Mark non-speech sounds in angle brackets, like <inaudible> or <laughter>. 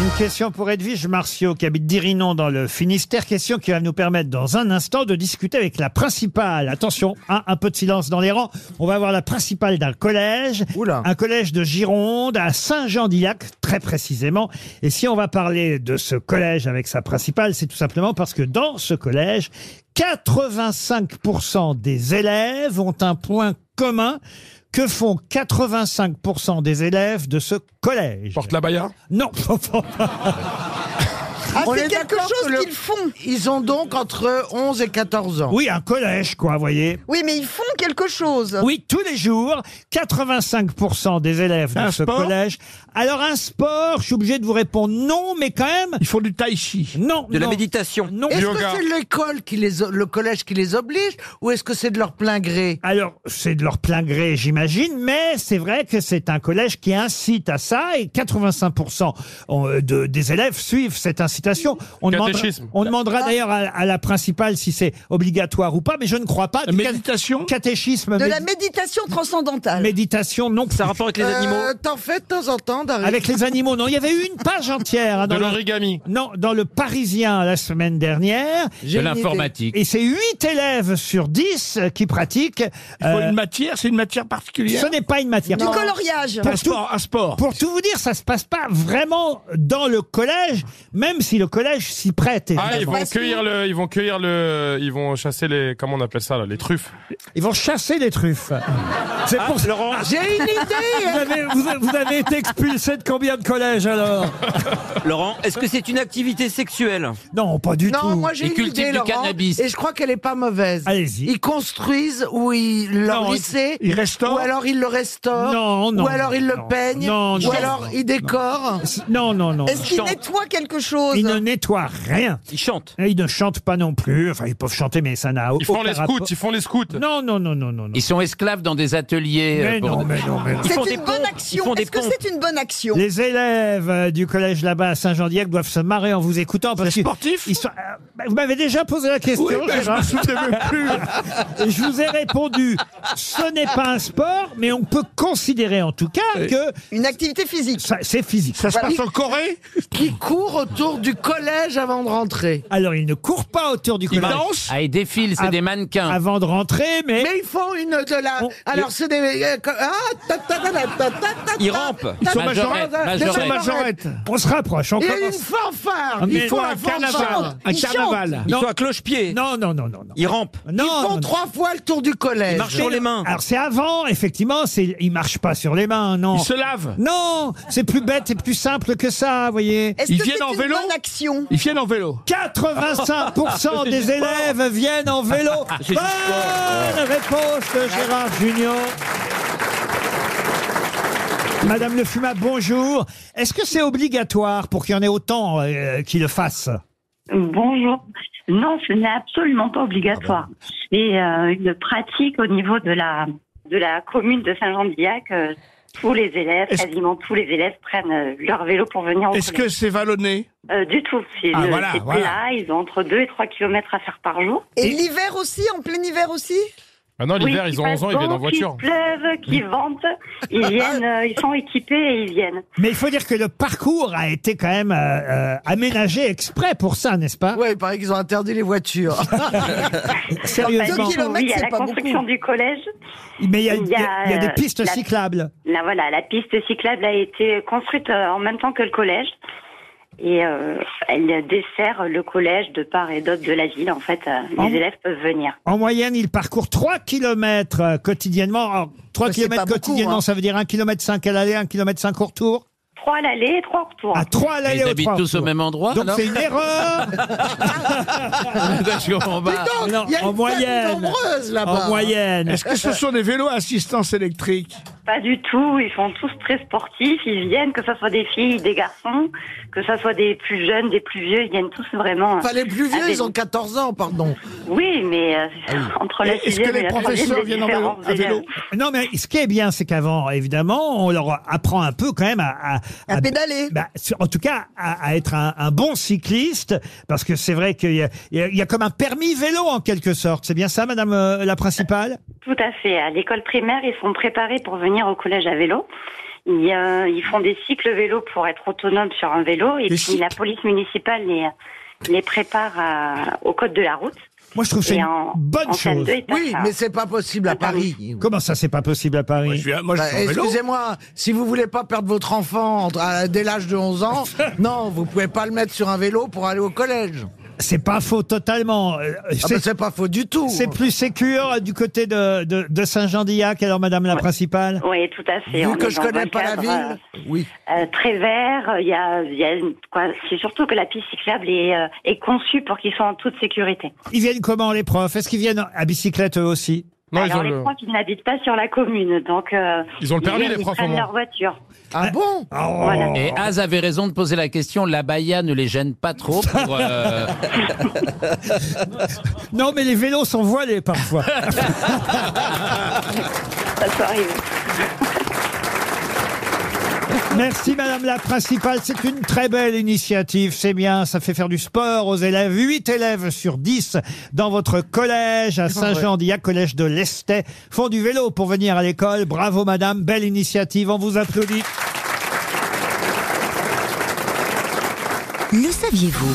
Une question pour Edwige Martiaux qui habite Dirinon dans le Finistère. Question qui va nous permettre dans un instant de discuter avec la principale. Attention, hein, un peu de silence dans les rangs. On va avoir la principale d'un collège. Oula. Ah, Un collège de Gironde à Saint-Jean-d'Illac, très précisément. Et si on va parler de ce collège avec sa principale, c'est tout simplement parce que dans ce collège, 85% des élèves ont un point commun. Que font 85% des élèves de ce collège Porte la baya non. Ah, On c'est est quelque d'accord chose que le- qu'ils font. Ils ont donc entre 11 et 14 ans. oui, un collège, quoi, vous voyez. Oui, mais ils font quelque Ah. chose. Oui, tous les jours, 85% des élèves de Un ce sport collège. Alors, un sport, je suis obligé de vous répondre non, mais quand même, Ils font du tai chi. non. De la non, méditation. Non. Est-ce que Yoga. c'est l'école qui les, o- le collège qui les oblige ou est-ce que c'est de leur plein gré Alors, c'est de leur plein gré, j'imagine, mais c'est vrai que c'est un collège qui incite à ça et 85% en- euh, de- des élèves suivent cette incitation. On demandera, Catéchisme. on demandera d'ailleurs à, à la principale si c'est obligatoire ou pas, mais je ne crois pas. La méditation Catéchisme, De la médi- méditation transcendantale. méditation, non. Ça a rapport avec les animaux Euh, T'en fais de temps en temps, Dari. Avec les animaux, non. Il y avait eu une page entière hein, De dans, le, l'origami. non, dans le Parisien la semaine dernière. J'ai de une l'informatique. Et c'est 8 élèves sur 10 qui pratiquent. Il faut euh, une matière, c'est une matière particulière. ce n'est pas une matière. Du coloriage. Un sport, un sport. Pour tout vous dire, ça se passe pas vraiment dans le collège, même si le collège s'y prête. Ah, ils évidemment. vont cueillir le, ils vont cueillir le, ils vont chasser les, comment on appelle ça là, les truffes. Ils vont chasser les truffes. Ah, C'est pour ça. idée. J'ai une <laughs> idée. hein. Vous avez, vous avez- vous avez été expulsé de combien de collèges alors Laurent, est-ce que c'est une activité sexuelle Non, pas du tout. Non, moi j'ai Ils une cultivent idée, du Laurent, cannabis. et je crois qu'elle est pas mauvaise. Allez-y. Ils construisent ou ils leur Non, lycée, ils- ils restaurent. ou alors ils le restaurent, Non, non, ou alors ils non, le peignent, non, non, ou alors non, ils décorent. Non, non, non. Est-ce qu'ils Chante. nettoient quelque chose Ils ne nettoient rien. Ils chantent. Et Ils ne chantent pas non plus. Enfin, ils peuvent chanter, mais ça n'a Ils aucun font les rapport. scouts, ils font les scouts. Non, non, non, non, non. non. Ils sont esclaves dans des ateliers. Mais euh, pour- non, mais non, mais non. Ils C'est font des une bonne pompes. Ils action. font des Est-ce que pompes. c'est une bonne action Les élèves euh, du collège là-bas à Saint-Jean-Diac doivent se marrer en vous écoutant parce que sportif bah, ils sont- euh, bah, vous m'avez déjà posé la question. Gérard. <laughs> Et je vous ai répondu. Ce n'est pas un sport, mais on peut considérer en tout cas que Une activité physique. ça- c'est physique. Ça se passe en Corée. Qui courent autour du collège avant de rentrer. Alors ils ne courent pas autour du collège dansent. Ah, ils défilent, c'est Ah, des mannequins. avant de rentrer, mais Mais ils font une de la. On- Alors c'est des. euh, co- Ah, ta, ta, ta, ta, ta, ta, ta, Ils ta, rampent. ta, ta, Majorette, ta, ta, ta, majorette. ta, ta, Majorette. on se rapproche. On Il y a une commence. fanfare. Mais Ils font un la fanfare. Ils carnaval. Ils Non. sont à cloche-pied. Non, non, non, non, non. Ils rampent. Non, Ils non, font non. trois fois le tour du collège. Ils marchent sur les mains. Alors c'est avant, effectivement, c'est ils marchent pas sur les mains, non. Ils se lavent. Non, c'est plus bête et plus simple que ça, vous voyez. Est-ce Ils que viennent c'est en une vélo bonne action Ils viennent en vélo. 85% des élèves viennent en vélo. C'est du sport. Bonne réponse de Gérard Junior. Madame Le Fuma, bonjour. Est-ce que c'est obligatoire pour qu'il y en ait autant euh, qui le fassent Bonjour. Non, ce n'est absolument pas Ah obligatoire. C'est euh, une pratique au niveau de la, de la commune de Saint-Jean-d'Illac. euh, tous les élèves, Est-ce- quasiment tous les élèves prennent euh, leur vélo pour venir au Est-ce collège. que c'est vallonné Euh, du tout. C'est Ah, le- voilà, c'est voilà. là, ils ont entre 2 et 3 kilomètres à faire par jour. Et l'hiver aussi, en plein hiver aussi Ah non, l'hiver, Oui, ils ont qu'il 11 ans, fasse ils viennent en beau, voiture. Qu'il pleuve, qu'il Mm. vente, ils viennent, euh, ils sont équipés et <laughs> ils viennent. Mais il faut dire que le parcours a été quand même euh, euh, aménagé exprès pour ça, n'est-ce pas Oui, il paraît qu'ils ont interdit les voitures. Sérieusement. Enfin, kilomètres, oui, il y a c'est la pas construction beaucoup. du collège. Mais il y a, il y il y a- il y a des a, pistes euh, la- cyclables. Là, voilà, la piste cyclable a été construite euh, en même temps que le collège. Et euh, elle dessert le collège de part et d'autre de la ville. En fait, euh, En- Ah. les élèves peuvent venir. En moyenne, il parcourt 3 km quotidiennement. Alors, 3 Mais c'est km pas beaucoup, quotidiennement, hein. ça veut dire 1 km 5 à l'aller, 1 km 5 au retour. Trois à l'aller et trois au retour. Ah. À 3 à Oh. Mais l'aller ils au habitent trois au tous au retour. même endroit. Donc non Ah, c'est une <laughs> erreur Parce <laughs> qu'on va- Donc, non, il y a en une moyenne. famille nombreuse là-bas. en bah. moyenne. Est-ce que Euh, ce sont des vélos à assistance électrique Pas du tout. Ils sont tous très sportifs. Ils viennent, que ce soit des filles, des garçons, que ce soit des plus jeunes, des plus vieux. Ils viennent tous vraiment. Enfin, les plus Ah, vieux, des- ils ont 14 ans, pardon. Oui, mais euh, entre la Ah Est-ce que sixième et les la troisième, professeurs des viennent en vélo, différences à d'élèves. vélo Non mais ce qui est bien, c'est qu'avant, évidemment, on leur apprend un peu quand même à, à- à- Ah, À pédaler. bah, sur- en tout cas, à, à être un, un bon cycliste, parce que c'est vrai qu'il y, a- il y a- il y a comme un permis vélo en quelque sorte. C'est bien ça, Madame euh, la principale Tout à fait. À l'école primaire, ils sont préparés pour venir au collège à vélo. Ils, euh, ils font des cycles vélo pour être autonomes sur un vélo. Et Des puis la police municipale les, les prépare à- au code de la route. Moi, je trouve que c'est Et une en- bonne en scène chose. deux, ils passent Oui, à- mais c'est pas possible à Paris. Comment ça, c'est pas possible à Paris moi, Bah, Excusez-moi, si vous voulez pas perdre votre enfant entre- à- dès l'âge de 11 ans, non, vous pouvez pas le mettre sur un vélo pour aller au collège. C'est pas faux totalement. Euh, Ah c'est- bah, c'est hein. pas faux du tout. C'est plus sécure euh, du côté de, de, de Saint-Jean-d'Illac, alors Madame la Principale Oui, tout à fait. Vu On que est je dans un connais pas la cadre, euh, ville, oui. euh, très vert. Il y a, il y a une- quoi, c'est surtout que la piste cyclable est, euh, est conçue pour qu'ils soient en toute sécurité. Ils viennent comment les profs Est-ce qu'ils viennent à bicyclette eux aussi Non, ils Alors ont, les le... profs, ils n'habitent pas sur la commune, donc euh, ils ont le permis, ils, les ils profs, au prennent moins. Oh. leur voiture. Ah bon Oh. Voilà. Et Az avait raison de poser la question. La baïa ne les gêne pas trop pour. euh, Non, mais les vélos sont voilés parfois. Ça peut arriver. Merci Madame la Principale, c'est une très belle initiative, c'est bien, ça fait faire du sport aux élèves. 8 élèves sur 10 dans votre collège à Saint-Jean-d'Illac, collège de l'Estet, font du vélo pour venir à l'école. Bravo Madame, belle initiative, on vous applaudit. Le saviez-vous